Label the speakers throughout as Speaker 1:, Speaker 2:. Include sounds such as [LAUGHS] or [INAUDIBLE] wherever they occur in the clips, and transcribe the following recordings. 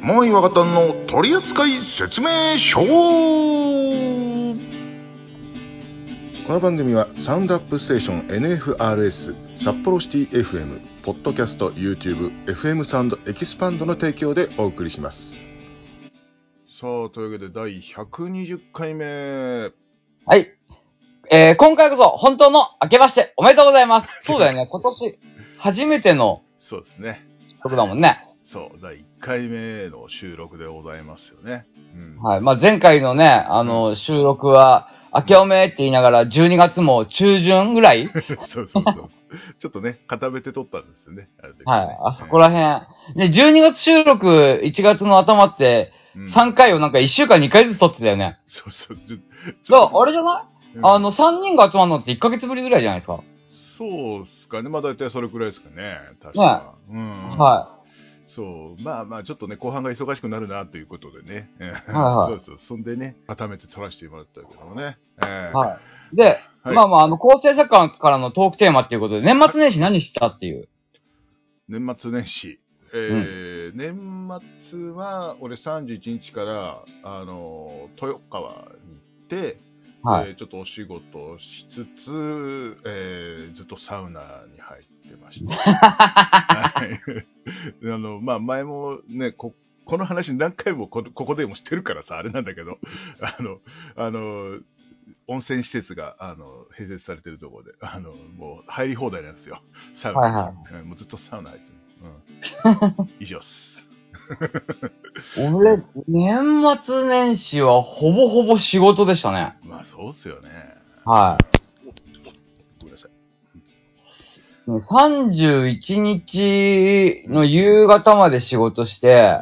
Speaker 1: もう岩方の取扱説明書
Speaker 2: この番組はサウンドアップステーション NFRS 札幌シティ FM ポッドキャスト YouTubeFM サウンドエキスパンドの提供でお送りします
Speaker 1: さあというわけで第120回目
Speaker 3: はい。えー、今回こそ、本当の明けましておめでとうござ
Speaker 1: [LAUGHS]
Speaker 3: います。そうだよね、今年、初めての
Speaker 1: そうですね
Speaker 3: 曲だもんね。
Speaker 1: そう第1回目の収録でございますよね、うん
Speaker 3: はい。まあ、前回のね、あの、収録は、明けおめって言いながら、12月も中旬ぐ
Speaker 1: [LAUGHS]
Speaker 3: らいはい。
Speaker 1: [LAUGHS] そうそうそうちょっとね固めて撮ったんですよねあの時ね
Speaker 3: あそこら辺。ね、12月収録、1月の頭って、
Speaker 1: うん
Speaker 3: 3回をなんか1週間2回ずつ撮ってたよね。
Speaker 1: そうそうちょち
Speaker 3: だ
Speaker 1: ょ
Speaker 3: か
Speaker 1: っ
Speaker 3: ら、あれじゃない
Speaker 1: とうん
Speaker 3: あの、3人が集まるのって1ヶ月ぶりぐらいじゃないですか。
Speaker 1: そうっすかね。まあ大体それくらいですかね。確か。うん。。
Speaker 3: はい
Speaker 1: そう。まあまあ、ちょっとね、後半が忙しくなるなということでね。
Speaker 3: はいは
Speaker 1: そう
Speaker 3: い
Speaker 1: そう。そんでね、固めて撮らせてもらったけどもね。
Speaker 3: い。
Speaker 1: えい。
Speaker 3: はい。で、
Speaker 1: はい
Speaker 3: まあまあ、あの、構成作家からのトークテーマっていうことで、年末年始何したっていう。
Speaker 1: 年末年始。えー年末は、俺31日から、あのー豊川に行って、
Speaker 3: はい。
Speaker 1: えーちょっとお仕事をしつつ、えーずっとサウナに入ってま
Speaker 3: [LAUGHS]
Speaker 1: した。はい、あのまあ前もねここの話何回もこここでもしてるからさあれなんだけどあのあの温泉施設があの併設されてるところであのもう入り放題なんですよサウナ、
Speaker 3: はいは
Speaker 1: うんもうずっとサウナ入ってる、うん
Speaker 3: [LAUGHS]
Speaker 1: 以上っす
Speaker 3: 俺、年末年始はほぼほぼ仕事でしたね。
Speaker 1: まあそうっすよね
Speaker 3: は
Speaker 1: ごめんなさい
Speaker 3: い。31日の夕方まで仕事して、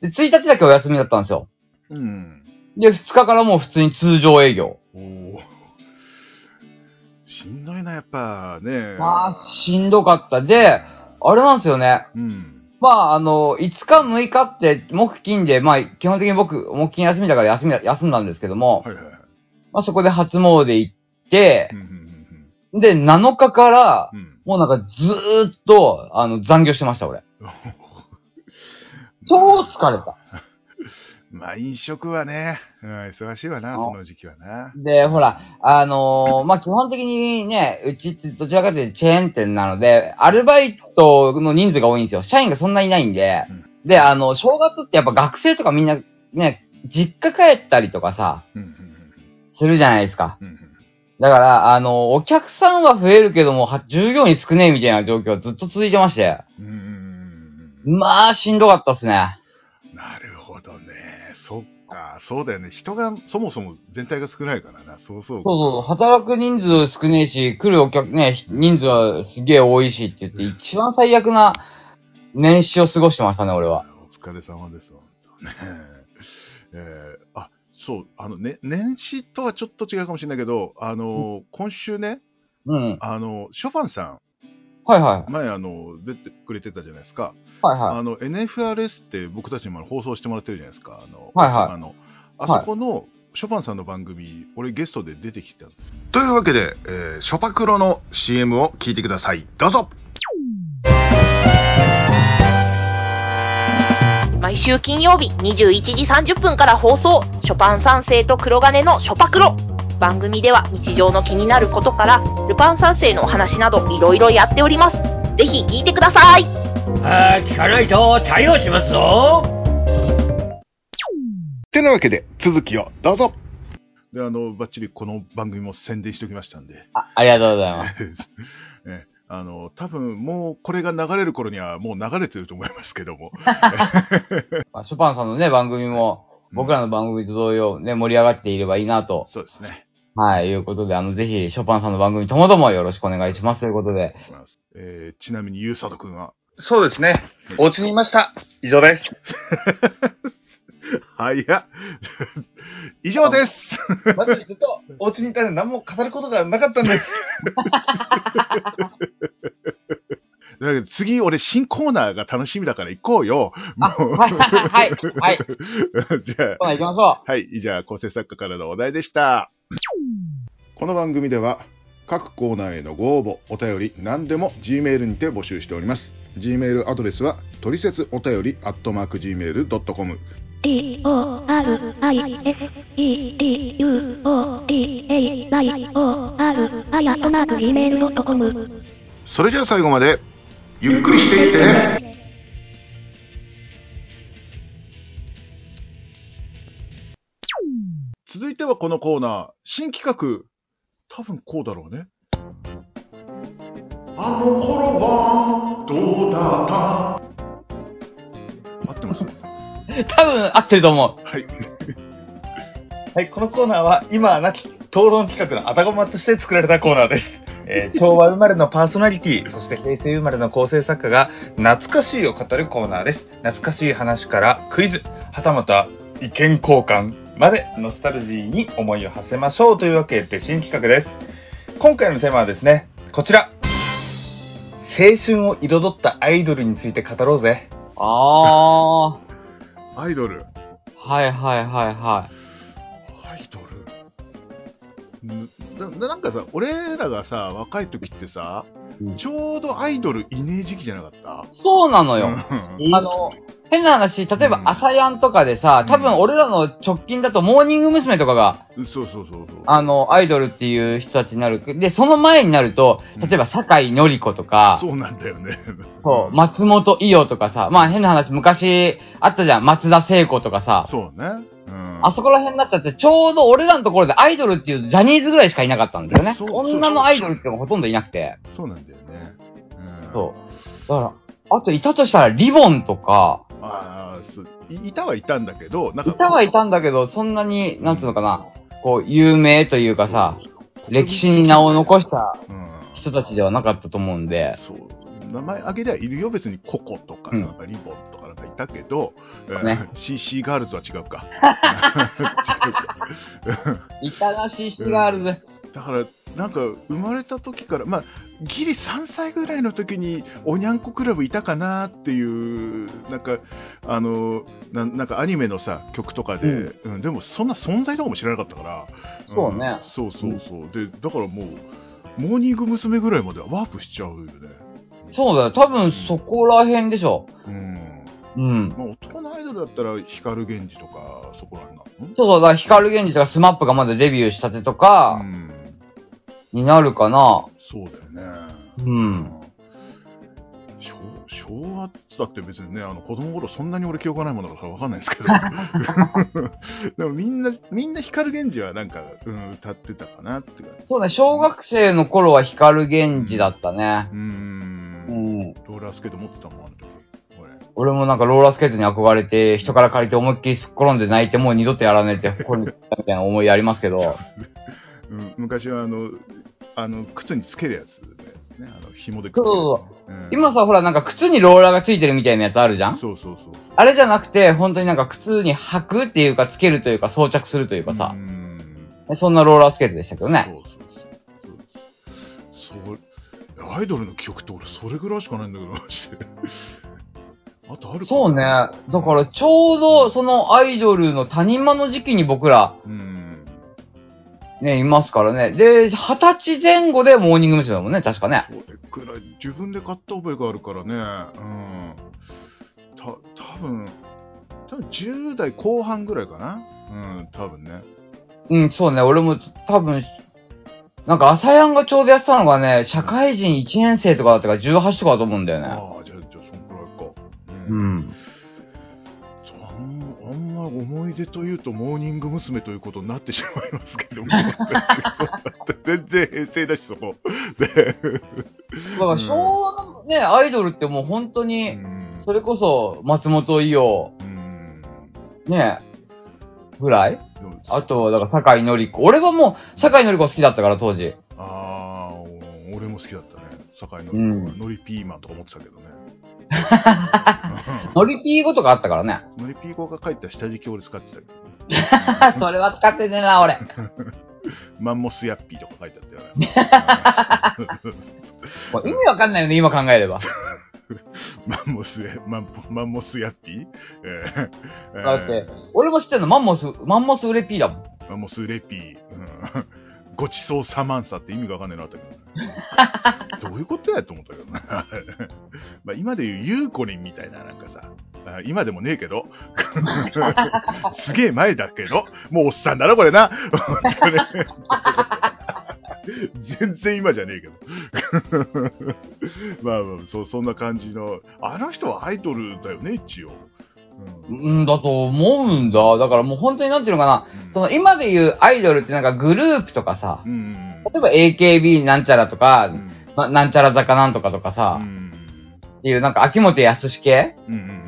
Speaker 3: で、1日だけお休みだったんですよ。
Speaker 1: うん、うん
Speaker 3: で、2日からもう普通に通常営業。
Speaker 1: おお。しんどいな、やっぱね。
Speaker 3: まあ、しんどかった。で、あれなんですよね。
Speaker 1: うん。
Speaker 3: まあ、あの、5日6日って、木金で、まあ、基本的に僕、木金休みだから休みだ、休んだんですけども、
Speaker 1: はいはいはい。
Speaker 3: まあ、そこで初詣行って
Speaker 1: う、んうん
Speaker 3: で、7日から
Speaker 1: うんう、んうん。
Speaker 3: もうなんかずーっと、あの、残業してました、俺。
Speaker 1: そ
Speaker 3: 超
Speaker 1: う
Speaker 3: 疲れた。
Speaker 1: まあ、飲食はね、うん、忙しいわな、
Speaker 3: あ
Speaker 1: その時期はな。
Speaker 3: で、ほら、あのーまあ、基本的にね、うちってどちらかというとチェーン店なので、アルバイトの人数が多いんですよ。社員がそんないないんで
Speaker 1: うん。
Speaker 3: で、あの、正月ってやっぱ学生とかみんなね、実家帰ったりとかさ、
Speaker 1: うんうん
Speaker 3: するじゃないですか。
Speaker 1: うんうん
Speaker 3: だから、あの、お客さんは増えるけども、は従業員少ねえみたいな状況がずっと続いてまして、
Speaker 1: うんうんうんうんうん
Speaker 3: まあ、しんどかったっすね。
Speaker 1: なるほどね。そっか。そうだよね。人が、そもそも全体が少ないからな。そうそう。
Speaker 3: そうそう、働く人数少ねえし、来るお客ね、人数はすげえ多いしって言って、一番最悪な年始を過ごしてましたね、俺は。
Speaker 1: お疲れ様です、本当ね。 [LAUGHS] えーあそう、あのね、年始とはちょっと違うかもしれないけど、あのー今週ね、
Speaker 3: うん。
Speaker 1: あのショパンさ
Speaker 3: はいは
Speaker 1: ん、前あの出てくれてたじゃないですか、
Speaker 3: い。はいは
Speaker 1: あの NFRS って僕たちにも放送してもらってるじゃないですか、あの
Speaker 3: はいはい
Speaker 1: あのあそこの、ショパンさんの番組、俺、ゲストで出てきたんですよ。というわけで、えー、ショパクロの CM を聞いてください、どうぞ
Speaker 4: 毎週金曜日21時30分から放送「ショパン三世と黒金のショパクロ」番組では日常の気になることからルパン三世のお話などいろいろやっておりますぜひ聞いてください
Speaker 5: あー聞かないと対応しますぞ
Speaker 2: てなわけで続きをどうぞ
Speaker 1: であの、ばっちりこの番組も宣伝しておきましたんで。
Speaker 3: い。ありがとうございます。
Speaker 1: [LAUGHS] えあの多分もうこれが流れる頃にはもう流れてると思いますけども
Speaker 3: まあショパンさんのね、番組も、 [LAUGHS] 僕らの番組と同様、ね、盛り上がっていればいいなと、
Speaker 1: そうですね
Speaker 3: はい、いうことで、あの、ぜひ、ショパンさんの番組ともどもよろしくお願いしますということ [LAUGHS] で、
Speaker 1: えーちなみにゆうさとくんは
Speaker 6: そうですね。お家にいました。以上です。
Speaker 1: はい [LAUGHS] 以上です
Speaker 6: まずずっとお家にいたんで何も語ることがなかったんです。
Speaker 1: だけど次俺新コーナーが楽しみだから行こうよもう
Speaker 3: はい、はい、はい、
Speaker 1: [LAUGHS] じゃあ
Speaker 3: ほな行きましょ
Speaker 1: はいじゃあ構成作家からのお題でしたこの番組では各コーナーへのご応募お便り何でも G メールにて募集しております
Speaker 2: Gmail アドレスは、トリセツお便り、アットマーク Gmail.com。
Speaker 7: D O R I S E T U O T A Y O R あやとなく Gmail.com
Speaker 2: それじゃあ最後まで、ゆっくりしていってね。
Speaker 1: 続いてはこのコーナー、新企画。多分こうだろうね。あの頃はどうだった合ってますね。
Speaker 3: 多分合ってると思う。
Speaker 1: はい。
Speaker 6: はい、このコーナーは今はなき討論企画のあたごまとして作られたコーナーです。えー昭和生まれのパーソナリティ、そして平成生まれの構成作家が懐かしいを語るコーナーです。懐かしい話からクイズ、はたまた意見交換までノスタルジーに思いを馳せましょうというわけで新企画です。今回のテーマはですね、こちら。青春を彩ったアイドルについて語ろうぜ。
Speaker 3: あ
Speaker 1: アイドル。
Speaker 3: ー。はいはいはいは
Speaker 1: アイドルんななんかさ、俺らがさ、若い時ってさ、
Speaker 3: うん
Speaker 1: ちょうどアイドルいねえ時期じゃなかった
Speaker 3: い。そうなの
Speaker 1: う
Speaker 3: よ。
Speaker 1: ん
Speaker 3: あの、変な話、例え
Speaker 1: う
Speaker 3: ば
Speaker 1: ん
Speaker 3: 朝やんとかでさ、多分俺らの直近だとモーニング娘。とかが、
Speaker 1: そうそうそうそう。
Speaker 3: あの、アイドルっていう人たちになる。で、その前になると、例えば酒井のり子とか、
Speaker 1: そうなんだよね。
Speaker 3: そう、松本伊代とかさ、まあ変な話、昔あったじゃん、松田聖子とかさ、
Speaker 1: そうね。うん、
Speaker 3: あそこら辺になっちゃって、ちょうど俺らのところでアイドルっていうジャニーズぐらいしかいなかったんだよね
Speaker 1: そ。うそう
Speaker 3: 女のアイドルってのがほとんどいなくて。
Speaker 1: そうなんだよね。うん、
Speaker 3: そう。だから、あといたとしたらリボンとか、
Speaker 1: ああ、そういいたはいたんだけど、なんか
Speaker 3: いたはいたんだけど、そんなに、なんつうのかな、こう、有名というかさ、歴史に名を残した
Speaker 1: うん、
Speaker 3: 人たちではなかったと思うんで、
Speaker 1: そう名前挙げりゃいるよ、別にココとか、
Speaker 3: うん
Speaker 1: なんかリボンとかなんかいたけど、えー
Speaker 3: ね
Speaker 1: CC ガールズは違う
Speaker 3: [LAUGHS]
Speaker 1: か。 [LAUGHS] 違うか
Speaker 3: いたらしい人があるぜ。
Speaker 1: だから、なんか生まれた時から、まあ、ギリ3歳ぐらいの時に、おにゃんこクラブいたかなっていう、なんか、あのななんかアニメのさ曲とかで、うんでもそんな存在とかも知らなかったから、
Speaker 3: そうね
Speaker 1: んそうそうそう、でだからもう、モーニング娘。ぐらいまではワープしちゃうよね。
Speaker 3: そうだよ。多分そこら辺でしょ。
Speaker 1: うん
Speaker 3: うん。
Speaker 1: まあ、男のアイドルだったら光源氏とかそこらへんなの
Speaker 3: そうそう、だから光源氏とかスマップがまだデビューしたてと
Speaker 1: う
Speaker 3: か
Speaker 1: ん、
Speaker 3: になるかな。
Speaker 1: そうだよね、
Speaker 3: うん。
Speaker 1: 昭昭和っつったって別にねあの子供頃そんなに俺記憶がないものだからわかんないんですけ
Speaker 3: [LAUGHS]
Speaker 1: どでもみんなみんな光源氏はなんか、うん、歌ってたかなって感じ
Speaker 3: そうね、小学生の頃は光源氏だったね。
Speaker 1: うーん
Speaker 3: うん。
Speaker 1: ローラースケート持ってたもんあの時俺
Speaker 3: 俺もなんかローラースケートに憧れて、人から借りて思いっきりすっ転んで泣いて、もう二度とやらねえって、ここに来たみたいな思いありますけど。
Speaker 1: うん、昔はあのあの靴につけるやつですねあの紐でくっつける
Speaker 3: そう
Speaker 1: やつね、うん
Speaker 3: 今さ、ほらなんか靴にローラーがついてるみたいなやつあるじゃん
Speaker 1: そうそうそうそう
Speaker 3: あれじゃなくて、本当になんか靴に履くっていうか、つけるというか、装着するというかさ
Speaker 1: う、ん
Speaker 3: そんなローラースケートでしたけどね。
Speaker 1: そうそうそうそうそうアイドルの記憶って俺それぐらいしかないんだけどマジであとあるか
Speaker 3: そうね。だから、ちょうど、そのアイドルの谷間の時期に僕ら、
Speaker 1: うん
Speaker 3: ね、いますからね。で、二十歳前後でモーニング娘。だもんね、確かね。
Speaker 1: それくらい自分で買った覚えがあるからねうんた多分多分10代後半ぐらいかなうん多分ね
Speaker 3: うん、そうね、俺も多分、なんか朝やんがちょうどやってたのがね、社会人1年生とかだったから18とかだと思うんだよね。
Speaker 1: ああじゃあじゃあそんくらいか
Speaker 3: う
Speaker 1: うん
Speaker 3: ん。
Speaker 1: そうあんあんま思い出というとモーニング娘。ということになってしまいますけども全然平成だしそこで
Speaker 3: だから昭和のね、アイドルってもう本当に、
Speaker 1: うん
Speaker 3: それこそ松本伊代、
Speaker 1: うん
Speaker 3: ね、ぐらい
Speaker 1: でも
Speaker 3: [LAUGHS] あと、だから酒井のり子。俺はもう、酒井のり子好きだったから当時。
Speaker 1: ああお俺も好きだったね堺の、
Speaker 3: うん
Speaker 1: のりピーマンとか持ってたけど [LAUGHS] ね
Speaker 3: のりピー語とかあったからね。
Speaker 1: のりピーゴが書いた下敷き俺使ってたけど、ね、
Speaker 3: [LAUGHS] それは使ってねえな、俺。
Speaker 1: マンモスヤッピーとか書いて [LAUGHS] あったよね
Speaker 3: もう意味わかんないよね、今考えれば。
Speaker 1: マンモスヤマンマンモスヤッピー、えーえー
Speaker 3: だって、俺も知ってるの、マンモス、マンモスウレピーだもん。
Speaker 1: [LAUGHS] マンモスレピー、うん、ごちそうサマンサって意味がわかんないのあったけどねどういうことやと思ったけどね。あれ [LAUGHS] まあ今で言うゆうこりんみたいななんかさ、あ今でもねえけど、 [LAUGHS] すげえ前だけど、もうおっさんだな、これな。本当ね全然今じゃねえけど。 [LAUGHS] まあまあそう、そんな感じの、あの人はアイドルだよね、一応。うん
Speaker 3: うんだと思うんだ。だからもう本当になんていうのかな。その今で言うアイドルってなんかグループとかさ
Speaker 1: う、ん。
Speaker 3: 例えば AKB なんちゃらとか、
Speaker 1: うん
Speaker 3: ななんちゃら坂なんとかとかさ
Speaker 1: う、ん
Speaker 3: っていうなんか秋元康系
Speaker 1: うんうん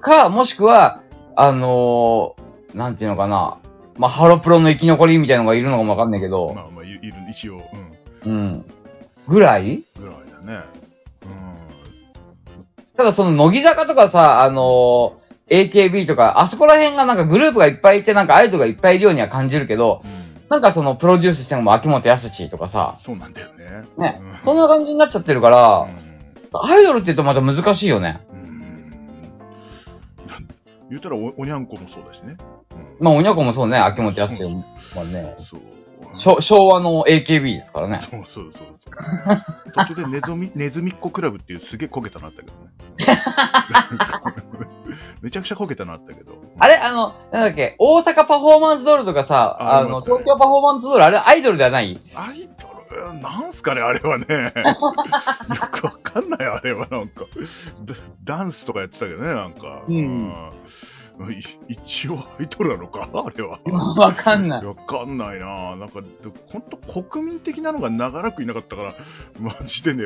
Speaker 3: か、もしくは、あのー、なんていうのかな。まあ、ハロプロの生き残りみたいのがいるのかもわかんないけ
Speaker 1: うん。
Speaker 3: ど、
Speaker 1: まあまあ、いいる、一応、うん。
Speaker 3: うん。ぐらい
Speaker 1: ぐらいだね。うん。
Speaker 3: ただその乃木坂とかさ、あのー AKB とか、あそこら辺がなんかグループがいっぱいいて、なんかアイドルがいっぱいいるようには感じるけど、
Speaker 1: うん。
Speaker 3: なんかそのプロデュースしても秋元康とかさ、
Speaker 1: そうなんだよね。
Speaker 3: ね
Speaker 1: うん、
Speaker 3: そんな感じになっちゃってるか
Speaker 1: う
Speaker 3: ら、
Speaker 1: ん
Speaker 3: アイドルって言うとまた難しいよね。
Speaker 1: うん言うたらお、おにゃんこもそうだしね。うん
Speaker 3: まあ、おにゃこもそうね、秋元康もね、
Speaker 1: そう。
Speaker 3: しょ昭和の AKB ですからね。
Speaker 1: そうそうそうそう。途中でネズ [LAUGHS] ミ、ネズミっ子クラブっていうすげえこけたのあったけど [LAUGHS] ね。めちゃくちゃこけたのあったけど。
Speaker 3: あれあの、なんだっけ、大阪パフォーマンスドールとかさ、
Speaker 1: あ
Speaker 3: あ
Speaker 1: ありま
Speaker 3: の、
Speaker 1: すね
Speaker 3: 東京パフォーマンスドール、あれアイドルでは [LAUGHS] ない
Speaker 1: アイドルなんすかね、あれは
Speaker 3: [LAUGHS]
Speaker 1: ね。よくわかんない、あれはなんか。ダダンスとかやってたけどね、なんか。
Speaker 3: うん
Speaker 1: うんい一応アイドルなのか、あれは。
Speaker 3: わかんない。
Speaker 1: わかんないなぁなんか、本当国民的なのが長らくいなかったから、マジでね、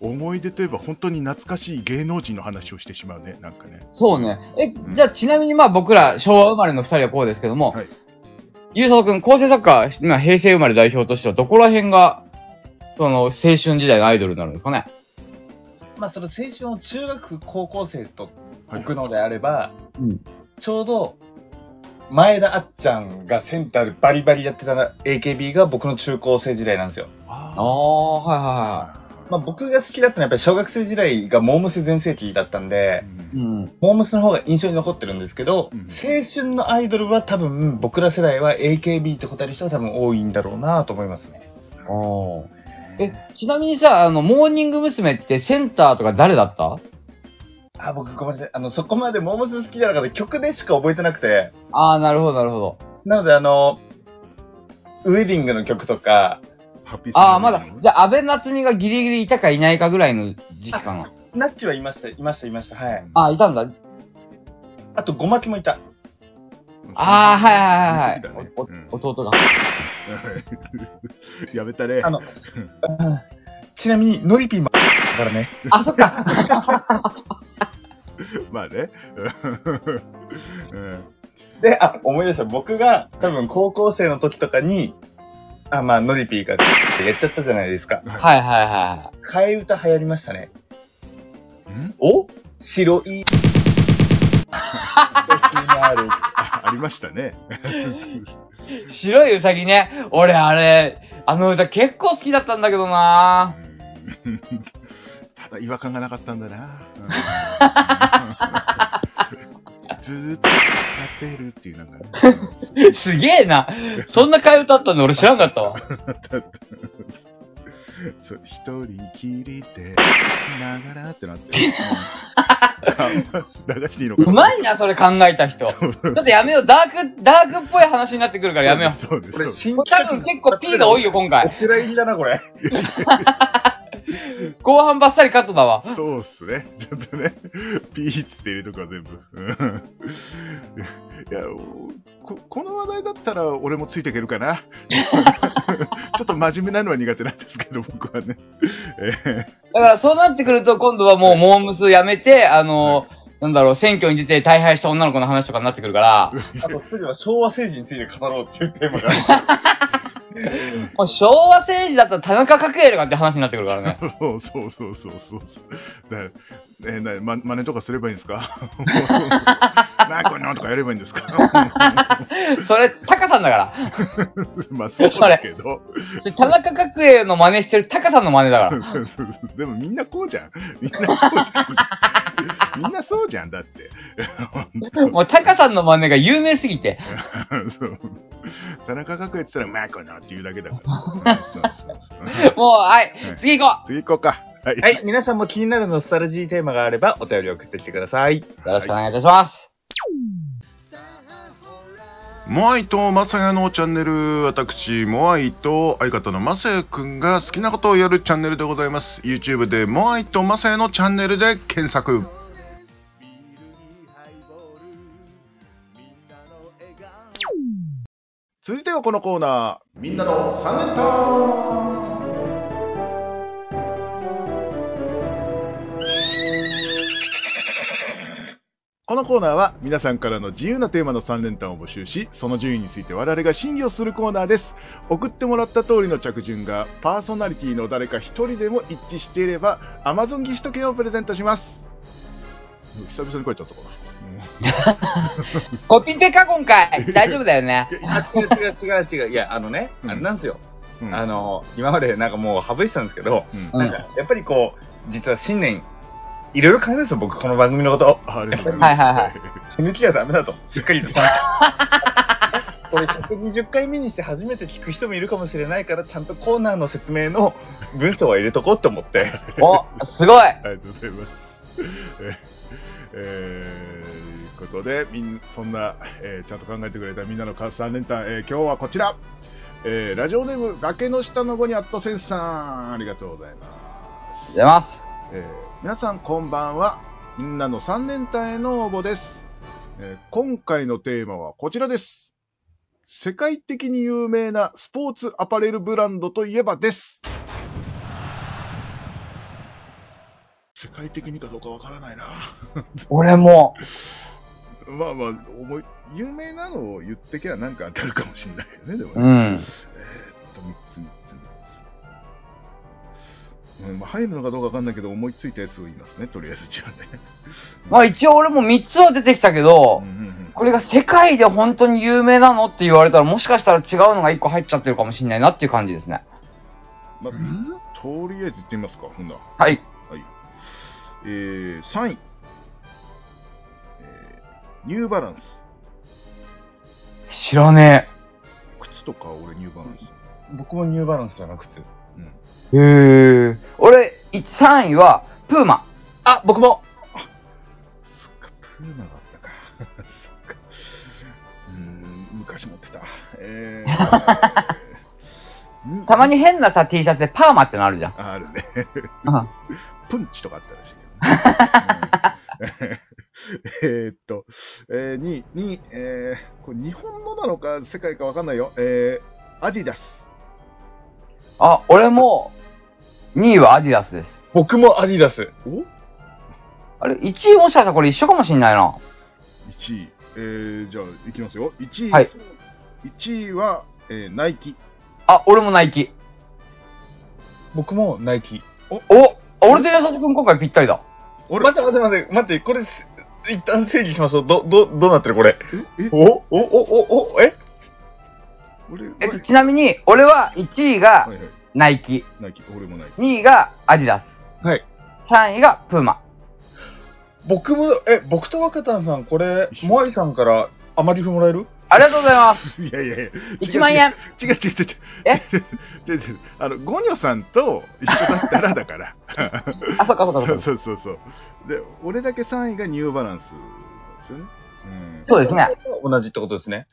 Speaker 1: お思い出といえば本当に懐かしい芸能人の話をしてしまうね、なんかね。
Speaker 3: そうね。え、じゃあちなみにまあ僕ら昭和生まれの二人はこうですけども、
Speaker 1: はい
Speaker 3: ゆうさとくん、構成作家、今平成生まれ代表としてはどこら辺が、その青春時代のアイドルになるんですかね
Speaker 6: まあ、その青春を中学、高校生と
Speaker 1: はい
Speaker 6: 置くのであれば、
Speaker 3: うん
Speaker 6: ちょうど前田あっちゃんがセンターでバリバリやってた AKB が僕の中高生時代なんですよ。
Speaker 3: ああ、はいはいはい。
Speaker 6: まあ、僕が好きだったのはやっぱり小学生時代がモームス全盛期だったんで、
Speaker 1: うん
Speaker 3: うん。
Speaker 6: モームスの方が印象に残ってるんですけど、
Speaker 1: うん
Speaker 6: 青春のアイドルは多分僕ら世代は AKB って答える人が多分多いんだろうなと思いますね。
Speaker 3: おえ、ちなみにさ、あの、モーニング娘。ってセンターとか誰だった
Speaker 6: あ、僕ごめんなさい。あの、そこまでモームス好きじゃなかった曲でしか覚えてなくて、
Speaker 3: ああ、なるほど、なるほど。
Speaker 6: なのであの、ウェディングの曲とか、
Speaker 1: ハッピー
Speaker 3: ああ、まだ、じ
Speaker 1: ゃ
Speaker 3: ゃあ、安倍夏実がギリギリいたかいないかぐらいの時期かな。
Speaker 6: ナッチはいました、いました、いました。はい。
Speaker 3: ああ、いたんだ。
Speaker 6: あと、ゴマキもいた。
Speaker 3: ああ、はいはいはいはい。
Speaker 1: そ
Speaker 3: お
Speaker 1: ういう時だね
Speaker 3: お弟が。
Speaker 1: うん [LAUGHS] やめたね
Speaker 6: あ。の、うんちなみに、ノリピーも、だからね。
Speaker 3: あ、そっか。
Speaker 1: [LAUGHS] まあね。うん
Speaker 6: で、あ、思い出した。僕が、多分、高校生の時とかに、あ、まあ、ノリピーが、ってやっちゃったじゃないですか。
Speaker 3: はいはいはい。
Speaker 6: 替え歌流行りましたね。
Speaker 1: うん
Speaker 3: お
Speaker 6: 白 [LAUGHS] い。SNR
Speaker 1: あありましたね。
Speaker 3: 白いウサギね。俺、あれ、あの歌結構好きだったんだけどな
Speaker 1: うんただ違和感がなかったんだな。うんずーっとやってるっていうなんかね、
Speaker 3: すげえな。そんな替え歌あったの俺知らなかったわ。
Speaker 1: そう一人きりでながらってなってる。うん流していいのか
Speaker 3: うまいな、それ考えた人。ちょっとやめよう。ダーク、ダークっぽい話になってくるからやめよう。
Speaker 1: そうです。そ
Speaker 6: こ
Speaker 1: うで
Speaker 6: れ、
Speaker 1: す
Speaker 6: 新
Speaker 3: 多分結構 P が多いよ、今
Speaker 6: お
Speaker 3: 回。
Speaker 6: 蔵入りだな、これ。
Speaker 3: 後半ばっさりカットだわ。
Speaker 1: そうっすね。 [LAUGHS] ちょっとね、ピーッつって入れとくわ、全部。うんいやこ、この話題だったら俺もついていけるかな。 [LAUGHS] ちょっと真面目なのは苦手なんですけど、僕はね。え
Speaker 3: だからそうなってくると、今度はもうモームスやめて、あの、なんだろう、選挙に出て大敗した女の子の話とかになってくるから、
Speaker 6: あと、次は昭和政治について語ろうっていうテーマが。
Speaker 3: もう昭和政治だったら田中角栄とかって話になってくるか
Speaker 1: [LAUGHS]
Speaker 3: らね。
Speaker 1: ー [LAUGHS] そうそうそうそうそう。 [LAUGHS] だえーなま真似とかすればいいんですかなこんなのとかやればいいんですか [LAUGHS]
Speaker 3: それ、タカさんだから。
Speaker 1: まあそうだけど。
Speaker 3: それ田中角栄の真似してるタカさんの真似だから。
Speaker 1: そうそうそう [LAUGHS] でもみんなこうじゃん。みんなこうじゃん。 [LAUGHS] みんなそうじゃん、だって。
Speaker 3: もうタカさんの真似が有名すぎて。
Speaker 1: そう田中角栄って言ったら、まあこのっていうだけだから。そうそうそう
Speaker 3: もう、はい
Speaker 1: はい、
Speaker 3: 次行こ
Speaker 1: 次行こうか。はい。
Speaker 6: [LAUGHS] はい、皆さんも気になるノスタルジーテーマがあればお便りを送ってきてくださ
Speaker 3: う
Speaker 6: い。
Speaker 3: よろしくお願いいたします。
Speaker 2: モアイとマサヤのチャンネル、私、モアイと相方のマサヤくんが好きなことをやるチャンネルでございます。YouTube でモアイとマサヤのチャンネルで検索。
Speaker 1: 続いてはこのコーナー、みんなのサネタこのコーナーは皆さんからの自由なテーマの3連単を募集しその順位について我々が審議をするコーナーです送ってもらった通りの着順がパーソナリティの誰か1人でも一致していれば Amazon ギフト券をプレゼントします久々に書いちゃったか
Speaker 3: コピペか今回。大丈夫だよね。
Speaker 6: いや、違う違う違う違う。いや、あのね、
Speaker 1: うん
Speaker 6: あれなんですよ。
Speaker 1: な、うん
Speaker 6: あの、今までなんかもう省いてたんですけど、
Speaker 1: うん
Speaker 3: うん
Speaker 6: なんか、やっぱりこう、実は新年、いろいろ考えてたんですよ、僕、この番組のこと。
Speaker 1: ありがとうございます
Speaker 3: はいはいはい
Speaker 6: 手抜きはダメだと、しっかりと。これ120回目にして初めて聞く人もいるかもしれないから、ちゃんとコーナーの説明の文章は入れとこうと思って。
Speaker 3: お、すごい。
Speaker 1: ありがとうございます。 [LAUGHS] えーえー、ということで、みんそんな、えーちゃんと考えてくれたみんなのカス3連単、えー今日はこちら、えーラジオネーム、崖の下の子にアットセンスさん、ありがとうございま
Speaker 3: ありがとうございます。
Speaker 1: す。えー皆さん、こんばんは。みんなの3連単への応募です、えー今回のテーマはこちらです。世界的に有名なスポーツアパレルブランドといえばです。世界的にかどうかわからないな。
Speaker 3: 俺も、
Speaker 1: まあまあ、思い有名なのを言ってきゃなんか当たるかもしれないよね、でもね。え
Speaker 3: うん。
Speaker 1: ーっと、3つ、3つ、3つ。うんまあ、入るのかどうかわかんないけど、思いついたやつを言いますね、とりあえずじゃあね。
Speaker 3: まあ一応俺も3つは出てきたけど
Speaker 1: うん、うん
Speaker 3: これが世界で本当に有名なのって言われたら、もしかしたら違うのが1個入っちゃってるかもしれないなっていう感じですね。
Speaker 1: うんまあ、とりあえず言ってみますか、ほんなら。
Speaker 3: はい。
Speaker 1: えー、3位、えーニューバランス。
Speaker 3: 知らね
Speaker 1: 靴とか俺ニューバランス。
Speaker 6: 僕もニューバランスじゃなくて。
Speaker 1: うん。
Speaker 3: え。へえ。俺、3位は、プーマ。
Speaker 6: あ、僕も
Speaker 1: そっか、プーマだったか。 [LAUGHS] そっか。うーん、昔持ってた。
Speaker 6: [LAUGHS]
Speaker 1: えーに
Speaker 3: たまに変なさ、T シャツでパーマってのあるじゃん。
Speaker 1: ああるね。
Speaker 3: うん
Speaker 1: プンチとかあったらしい
Speaker 6: [LAUGHS]
Speaker 1: けどね。うんえーっと、えー、に、に、えー、これ日本のなのか世界かわかんないよ。えー、アディダス。
Speaker 3: あ、俺も、2位はアディダスです。
Speaker 6: 僕もアディダス。
Speaker 1: お
Speaker 3: あれ、1位もしかしたらこれ一緒かもしんないな。
Speaker 1: ?1 位。えー、じゃあ、いきますよ。1位。
Speaker 3: はい
Speaker 1: 一位は、えー、ナイキ。
Speaker 3: あ、俺もナイキ。
Speaker 6: 僕もナイキ。
Speaker 3: お俺と優しくん今回ぴったりだ。
Speaker 1: 俺
Speaker 6: 待って待って待って、待って、これ、一旦整理しましょう。ど、ど、どうなってるこれ。
Speaker 1: え、え、
Speaker 6: おおおおおえ
Speaker 1: 俺、は
Speaker 3: え
Speaker 1: い
Speaker 3: っと、ちなみに、俺は1位
Speaker 1: は
Speaker 3: が
Speaker 1: いはい。
Speaker 3: ナイキ、
Speaker 1: ナイキ、俺もナイキ。
Speaker 3: 2位がアディダス、
Speaker 6: はい
Speaker 3: 3位がプーマ。
Speaker 6: 僕も、え、僕と若田さん、これ、モアイさんからあまりふもらえる
Speaker 3: ありがとうございます。 [LAUGHS]
Speaker 1: [LAUGHS] いやいやいや。
Speaker 3: 1万 [LAUGHS] 円。
Speaker 1: 違う違う違う違う。
Speaker 3: え
Speaker 1: [LAUGHS] 違う違う違うあの、ゴニョさんと一緒だったらだ
Speaker 3: [LAUGHS]
Speaker 1: から。
Speaker 3: あ、そっかそっか
Speaker 1: そ
Speaker 3: そうっか。
Speaker 1: そうそうそう。で、俺だけ3位がニューバランスなんですよね。うん。
Speaker 3: そうですね。
Speaker 6: 同じってことですね。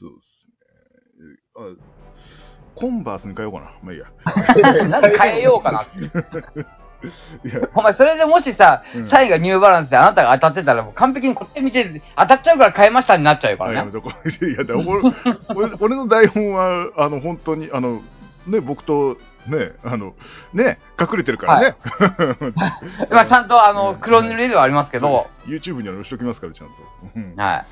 Speaker 1: そうですね。あ、コンバースに変えようかな。まあいいや。
Speaker 3: [LAUGHS] なんで変えようかなって。
Speaker 1: いや、
Speaker 3: お前、それでもしさ、
Speaker 1: うん
Speaker 3: 3位がニューバランスであなたが当たってたら、もう完璧にこってみて、当たっちゃうから変えましたになっちゃうか
Speaker 1: あや
Speaker 3: ら
Speaker 1: め
Speaker 3: ね。
Speaker 1: とこう。い [LAUGHS] や、だから俺俺俺の台本は、あの、本当に、あの、ね、僕と、ね、あの、ね、隠れてるからね。
Speaker 3: まあ、ちゃんと、あの、
Speaker 1: うん
Speaker 3: 黒塗りではありますけど、
Speaker 1: [LAUGHS] そうです YouTube には載せときますから、ちゃんと。うん
Speaker 3: はい。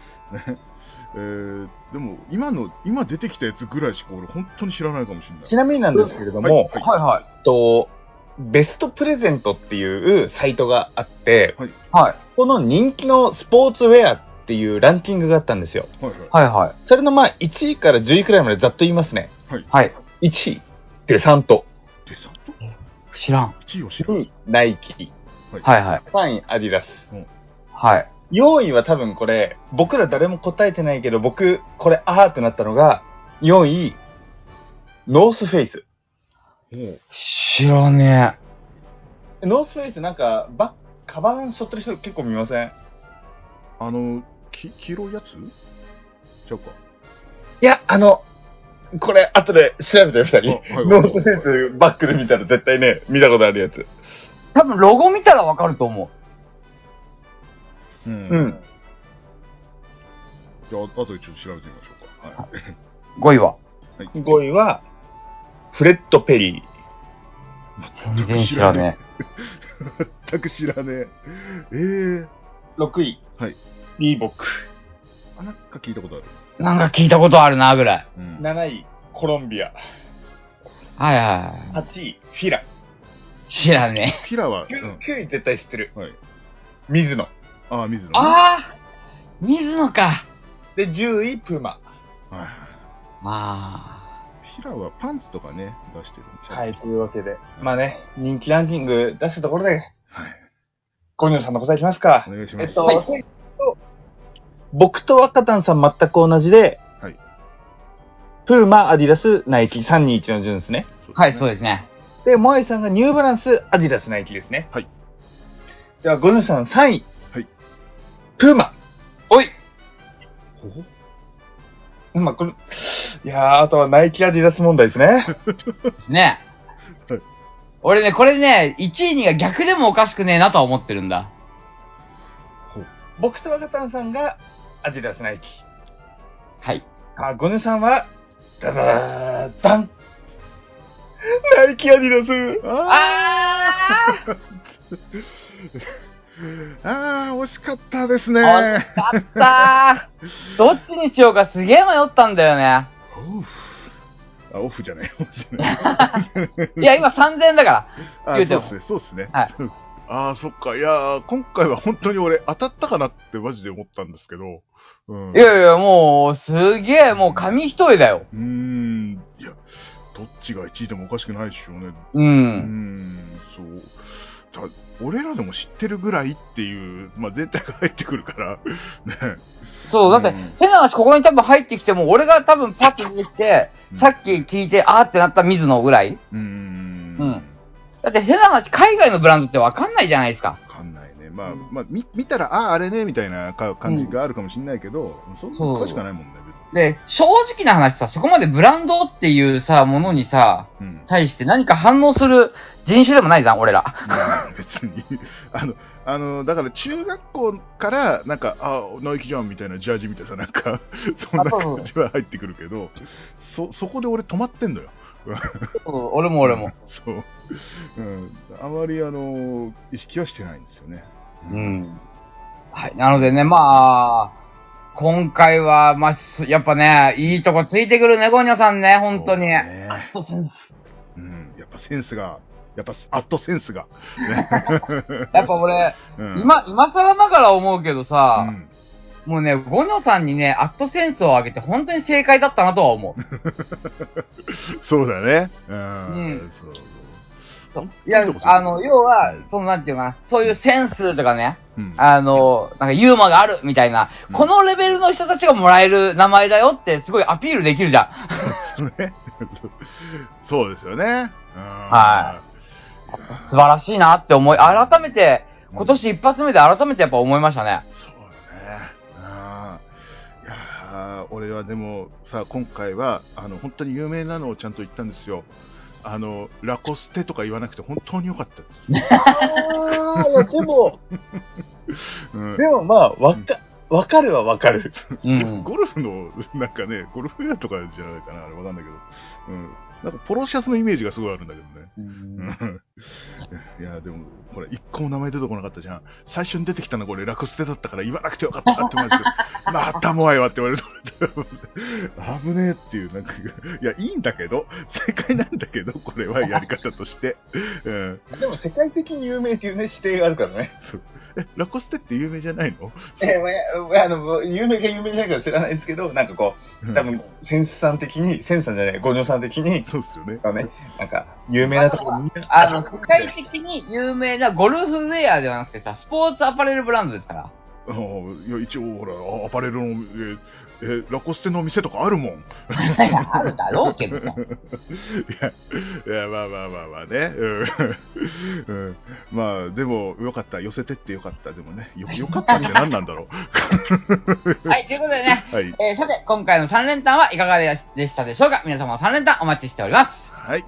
Speaker 1: えーでも今の今出てきたやつぐらいしか俺本当に知らないかもしれない。
Speaker 6: ちなみになんですけれども、
Speaker 1: はい
Speaker 6: えっ
Speaker 3: はいはい。
Speaker 6: と、ベストプレゼントっていうサイトがあって、
Speaker 3: はい。
Speaker 6: この人気のスポーツウェアっていうランキングがあったんですよ。
Speaker 1: はいはい。
Speaker 3: はいはい。
Speaker 6: それのまあ1位から10位くらいまでざっと言いますね。
Speaker 3: はい。
Speaker 6: 1位、デサント。
Speaker 1: デサント
Speaker 3: 知らん。
Speaker 1: ?1 位を知
Speaker 6: 2
Speaker 1: る。
Speaker 6: 位、ナイキ。
Speaker 3: はいはい。
Speaker 6: 3位、アディダス。
Speaker 3: はい。
Speaker 6: 4位は多分これ、僕ら誰も答えてないけど、僕、これ、あーってなったのが、4位、ノースフェイス。
Speaker 1: も
Speaker 3: 知らね
Speaker 6: ノースフェイスなんか、バッ、カバン背負ってる人結構見ません
Speaker 1: う、あの、き黄色いやつちゃうか。
Speaker 6: いや、あの、これ、後で調べてよ、二
Speaker 1: あ
Speaker 6: 人。ノースフェイスバックで見たら絶対ね、見たことあるやつ。
Speaker 3: え。多分ロゴ見たらわかると思
Speaker 1: う。
Speaker 6: うんん。
Speaker 1: じゃあ、あとでちょっと調べてみましょうか。はい。
Speaker 3: う。5位は。
Speaker 6: 5位は、フレッド・ペリー。
Speaker 3: 全然知らね
Speaker 1: 全く知らねえ。えー、
Speaker 6: 6位、
Speaker 1: はい、
Speaker 6: リーボック。
Speaker 1: あ、なんか聞いたことある。
Speaker 3: え。なんか聞いたことあるな、ぐらい。
Speaker 1: うん
Speaker 6: 7位、コロンビア。
Speaker 3: はいは
Speaker 6: 8位、フィラ。
Speaker 3: い。知らねえ。
Speaker 1: ピラは、う
Speaker 6: 9,
Speaker 1: ん、
Speaker 6: 位絶対知ってる。
Speaker 1: はい。
Speaker 6: ミズノ。
Speaker 1: ああ、水野ね。
Speaker 3: ああ水野か。
Speaker 6: で、10位、プーマ。
Speaker 1: はい
Speaker 3: あ
Speaker 1: ピラはパンツとかね、出してるんですよ
Speaker 6: はい、というわけで。まあね、人気ランキング出したところで、
Speaker 1: はい。
Speaker 6: ゴニョさんの答えいきますか
Speaker 1: お。願いし
Speaker 6: え
Speaker 1: ま
Speaker 6: っ
Speaker 1: す。
Speaker 6: と、
Speaker 3: はい
Speaker 6: 僕と若旦さん全く同じで、
Speaker 1: はい
Speaker 6: プーマ、アディダス、ナイキ、321の順ですね。
Speaker 3: あ。はい、そう
Speaker 1: ですね。
Speaker 3: ですね。
Speaker 6: で、モアイさんがニューバランス、アディダス、ナイキですね。
Speaker 1: はい。
Speaker 6: では、ゴニョさん3位。
Speaker 1: はい
Speaker 6: プーマ。
Speaker 3: おい
Speaker 1: ほほ
Speaker 6: まあ、これ、いやー、あとはナイキ、アディダス問題ですね。
Speaker 1: [LAUGHS]
Speaker 3: ね
Speaker 1: はい
Speaker 3: 俺ね、これね、1位にが逆でもおかしくねえなとは思ってるんだ。
Speaker 6: 僕と若旦さんがアディダス、ナイキ。
Speaker 3: はい。
Speaker 6: あ、ゴネさんは、ダダーダンナイキアディダス
Speaker 3: あー
Speaker 1: ああ、惜しかったですね。
Speaker 3: 惜しかったーどっちにしようかすげえ迷ったんだよね。
Speaker 1: オフ。あ、オフじゃない。 [LAUGHS] オフじゃない。
Speaker 3: いや、今3000円だから。
Speaker 1: あ
Speaker 3: 言うて
Speaker 1: そう
Speaker 3: も
Speaker 1: ですね。そうですね。
Speaker 3: はい
Speaker 1: [LAUGHS] ああ、そっか。いやー、今回は本当に俺当たったかなってマジで思ったんですけど。うん、
Speaker 3: いやいや、もう、すげえ、もう紙一重だよ。
Speaker 1: うーん。いや、どっちが1位でもおかしくないでしょうね。
Speaker 3: う
Speaker 1: うー
Speaker 3: ん。
Speaker 1: ん、そう。だ俺らでも知ってるぐらいっていう、まあ、全体が入ってくるから、 [LAUGHS] ね。
Speaker 3: そう、だっ
Speaker 1: う
Speaker 3: て
Speaker 1: ん、
Speaker 3: 変な話、ここに多分入ってきても、俺が多分パッと出てきて
Speaker 1: うん、
Speaker 3: さっき聞いて、あーってなった水野ぐらいう
Speaker 1: ーん。
Speaker 3: うんだって変な話、海外のブランドってわかんないじゃないですか。
Speaker 1: わかんないね。まあ、まあ、見見たら、ああ、あれね、みたいなか感じがあるかもしれないけど、そんな
Speaker 3: そう
Speaker 1: 詳しくはないもんね、
Speaker 3: で、正直な話さ、そこまでブランドっていうさ、ものにさ、
Speaker 1: 別に。うん。
Speaker 3: 対して何か反応する人種でもないじゃん、俺ら。
Speaker 1: まあ別に [LAUGHS] あのあのだから中学校からなんかあナイキじゃんみたいなジャージみたいななんかそんな
Speaker 3: あそうそう
Speaker 1: 感じは入ってくるけどそそこで俺止まってんのよ
Speaker 3: そう俺も俺も。
Speaker 1: そう、うん、あまりあの意識はしてないんですよね
Speaker 3: うん。はい。なのでね、まあ、今回は、まあ、すやっぱね、いいとこついてくるね、ゴニョさんね、本当に。
Speaker 1: そうねうん、やっぱセンスがやっぱアットセンス
Speaker 3: [LAUGHS]
Speaker 1: が、ね
Speaker 3: やっぱ俺、
Speaker 1: うん
Speaker 3: 今、今更ながら思うけど
Speaker 1: う
Speaker 3: さ、
Speaker 1: ん
Speaker 3: もうね、ゴニョさんにね、アットセンスを上げて、本当に正解だったなとは思う。
Speaker 1: そうだねうん、
Speaker 3: うん
Speaker 1: そう
Speaker 3: そういや
Speaker 1: いいとこついて、る
Speaker 3: あの、要は、その、なんていうかな、そういうセンスとかね、
Speaker 1: うん
Speaker 3: あの、なんかユーモアがあるみたいな、
Speaker 1: うん
Speaker 3: このレベルの人たちがもらえる名前だよって、すごいアピールできるじゃん。
Speaker 1: ね [LAUGHS] そうですよね。
Speaker 3: は素晴らしいなって思い、改めて、
Speaker 1: い
Speaker 3: 今年一発目で改めてやっぱ思いましたね。
Speaker 1: そうだね。うんいやー俺はでもさ、今回はあの本当に有名なのをちゃんと言ったんですよ。あのラコステとか言わなくて本当に良かったで
Speaker 6: あーいやでも、
Speaker 1: す。うん
Speaker 6: でもまあ、わか、わかるはわかる。
Speaker 3: うん。
Speaker 1: ゴルフの、なんかね、ゴルフウェアとかじゃないかな、あれわかんないけど、うん、なんかポロシャツのイメージがすごいあるんだけどね。うん [LAUGHS] いや、でも、ほら、一個も名前出てこなかったじゃん。最初に出てきたのはこれ、ラクステだったから言わなくてよかったってマジで [LAUGHS] またもあいわって言われると、危ねえっていう、なんか、いや、いいんだけど、正解なんだけど、これはやり方として。うん。
Speaker 6: でも世界的に有名っていうね、指定があるからね。
Speaker 1: え、ラコステって有名じゃないの
Speaker 6: えーまあまああの、有名か有名じゃないかは知らないですけど、なんかこう、多分、センスさん的に、センスさんじゃない、ゴニョさん的に、
Speaker 1: そうっすよね。
Speaker 6: あのね、なんか、有名なところみんな、
Speaker 3: あの、世界的に有名なゴルフウェアではなくてさ、スポーツアパレルブランドですから。
Speaker 1: あーいや、一応、ほら、アパレルの、えーえーラコステの店とかあるもん。
Speaker 3: いや [LAUGHS] あるだろうけど [LAUGHS] さ。
Speaker 1: いや、いやまあまあまあまあね。うん。うん、まあ、でも、よかった。寄せてってよかった。でもね、よよかったって何なんだろ
Speaker 3: はい、ということでね、
Speaker 1: う。はい。
Speaker 3: えーさて、今回の3連単はいかがでしたでしょうか皆様3連単お待ちしております。
Speaker 1: はい。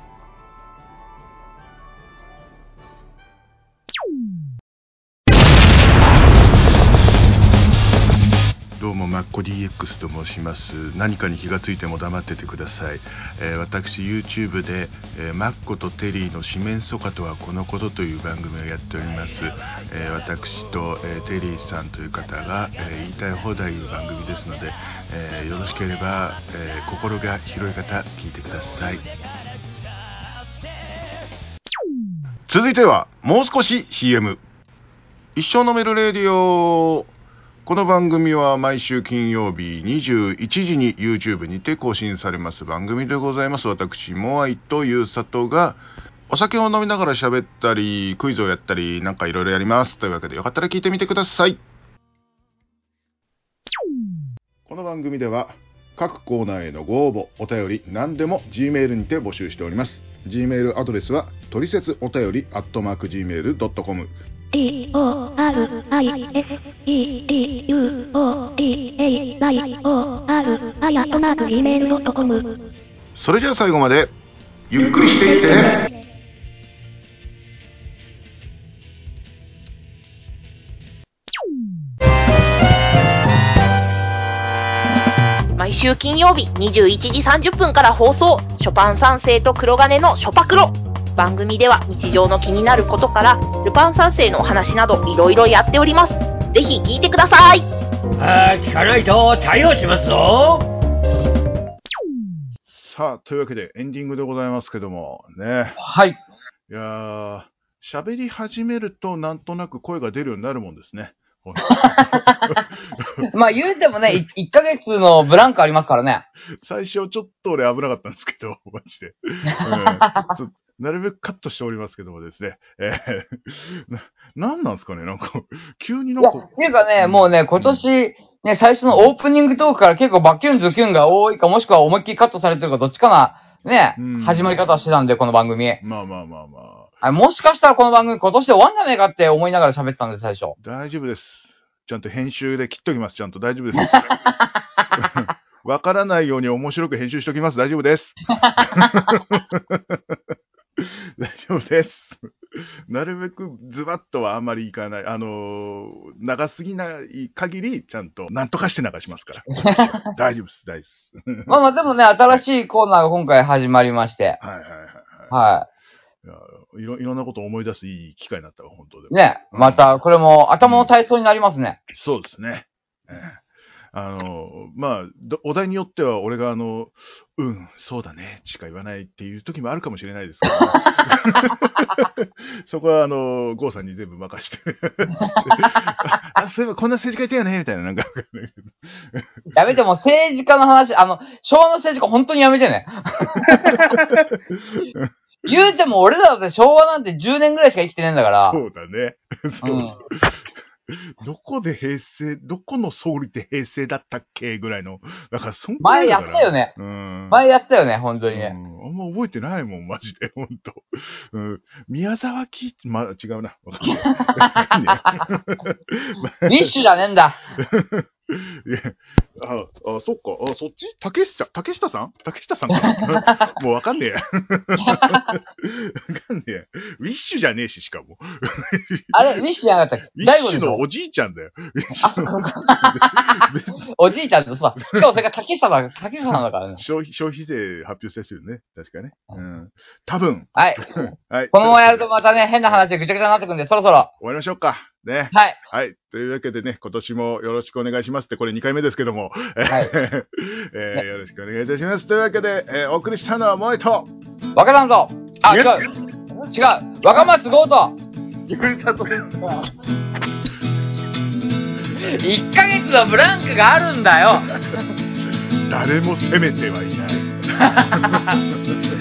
Speaker 1: どうもマッコ DX と申します何かに気がついても黙っててください、えー私 YouTube で、えーマッコとテリーの四面楚歌とはこのことという番組をやっております、えー私と、えーテリーさんという方が、えー言いたい放題いう番組ですので、えーよろしければ、えー心が広い方聞いてください
Speaker 2: 続いてはもう少し CM 一生のメルレディオこの番組は毎週金曜日21時に YouTube にて更新されます番組でございます私モアイという里がお酒を飲みながら喋ったりクイズをやったりなんかいろいろやりますというわけでよかったら聞いてみてくださいこの番組では各コーナーへのご応募お便り何でも G メールにて募集しております G メールアドレスは取説お便り Gmail.com
Speaker 7: t-o-r-i-s-e-d-u-o-d-a-y-o-r あやとなく gmail.com
Speaker 2: それじゃあ最後までゆっくりしていってね
Speaker 4: 毎週金曜日21時30分から放送ショパン三世と黒金のショパクロ番組では日常の気になることからルパン三世のお話などいろいろやっておりますぜひ聞いてください
Speaker 5: あー聞かないと対応しますぞ
Speaker 1: さあというわけでエンディングでございますけどもね
Speaker 3: はい。
Speaker 1: いやー喋り始めるとなんとなく声が出るようになるもんですね
Speaker 2: [LAUGHS]
Speaker 3: まあ言うてもね、1ヶ月のブランクありますからね。
Speaker 1: 最初ちょっと俺危なかったんですけど、マジで。うんちょなるべくカットしておりますけどもですね。えー、な、なんなんですかねなんか、急にないん
Speaker 3: や、っ
Speaker 1: か、
Speaker 3: ていうかね、もうね、今年、ね、最初のオープニングトークから結構バキュンズキュンが多いか、もしくは思いっきりカットされてるか、どっちかな、ね
Speaker 1: うん、
Speaker 3: 始まり方してたんで、この番組。
Speaker 1: まあまあまあまあ、
Speaker 3: あもしかしたらこの番組今年で終わんじゃねえかって思いながら喋ってたんです、最初。
Speaker 1: 大丈夫です。ちゃんと編集で切っときます。ちゃんと大丈夫です。 [LAUGHS] わからないように面白く編集しておきます。大丈夫です。 [LAUGHS] 大丈夫です。なるべくズバッとはあんまりいかない。あのー長すぎない限り、ちゃんと、なんとかして流しますから。大丈夫です、大丈夫です。
Speaker 3: まあまあでもね、新しいコーナーが今回始まりまして。
Speaker 1: はいはいはいは。
Speaker 3: はい
Speaker 1: いろいろんなことを思い出すいい機会になったわ、本当で
Speaker 3: い。。ね、また、これも頭の体操になりますね。
Speaker 1: そうですね。ええあの、まあ、どお題によっては、俺が、あの、うん、そうだね、しか言わないっていう時もあるかもしれないです
Speaker 3: [LAUGHS]
Speaker 1: けど、そこは、あの、郷さんに全部任して、ああそういえばこんな政治家いたよね、みたいな、なんか、
Speaker 3: やめて、もう政治家の話、あの、昭和の政治家本当にやめてね。
Speaker 1: [LAUGHS]
Speaker 3: 言うても俺らだって昭和なんて10年ぐらいしか生きてねえんだから。
Speaker 1: そうだね。そう
Speaker 3: うん。
Speaker 1: どこで平成、どこの総理って平成だったっけぐらいの、だから、そんくら
Speaker 3: 前
Speaker 1: いだ
Speaker 3: や
Speaker 1: か
Speaker 3: っ
Speaker 1: ら
Speaker 3: たよ。ね。
Speaker 1: うん。
Speaker 3: 前やったよね、本当にね。
Speaker 1: うん、あんま覚えてないもん、マジで、 [LAUGHS] ほんと。うん、宮沢貴一、まあ、違うな。わかんない [LAUGHS]
Speaker 3: [LAUGHS] ミッシュじゃねえんだ。
Speaker 1: いやあ、あ、そっか。あ、そっち竹下、竹下さん竹下さんかなもうわか [LAUGHS] んねえや。わかんねえや。ウィッシュじゃねえし、しかも。[LAUGHS]
Speaker 3: あれ、ウィッシュじゃなかったっ
Speaker 1: ウ
Speaker 3: け
Speaker 1: ィッ
Speaker 3: 大悟
Speaker 1: シ
Speaker 3: で
Speaker 1: ュ
Speaker 3: し
Speaker 1: の
Speaker 3: ょ
Speaker 1: おじいちゃんだよ。
Speaker 3: あ、そっかおじいちゃんとさ、しかもそれが竹下さん、竹下さんだからね。
Speaker 1: 消費、消費税発表した人よね。確かね。うん。多分。
Speaker 3: はい。
Speaker 1: はい。
Speaker 3: このままやるとまたね、変な話でぐちゃぐちゃになってくんで、そろそろ。
Speaker 1: 終わりましょうか。ね。 [LAUGHS]
Speaker 3: はい。
Speaker 1: はい。というわけでね、今年もよろしくお願いしますって、これ2回目ですけども。
Speaker 3: い
Speaker 1: [LAUGHS] えーよろしくお願いいたします。というわけで、えーお送りしたのは萌えと、
Speaker 3: わからんぞ。あ、
Speaker 1: い
Speaker 3: 違う
Speaker 1: や。
Speaker 3: 違う。若松豪 [LAUGHS] と。1ヶ月のブランクがあるんだよ。
Speaker 1: 誰も責めてはいない。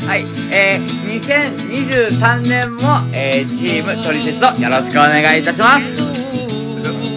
Speaker 3: はい、えー、2023年も、えー、チームトリセツをよろしくお願いいたします。
Speaker 1: ありがとうございました。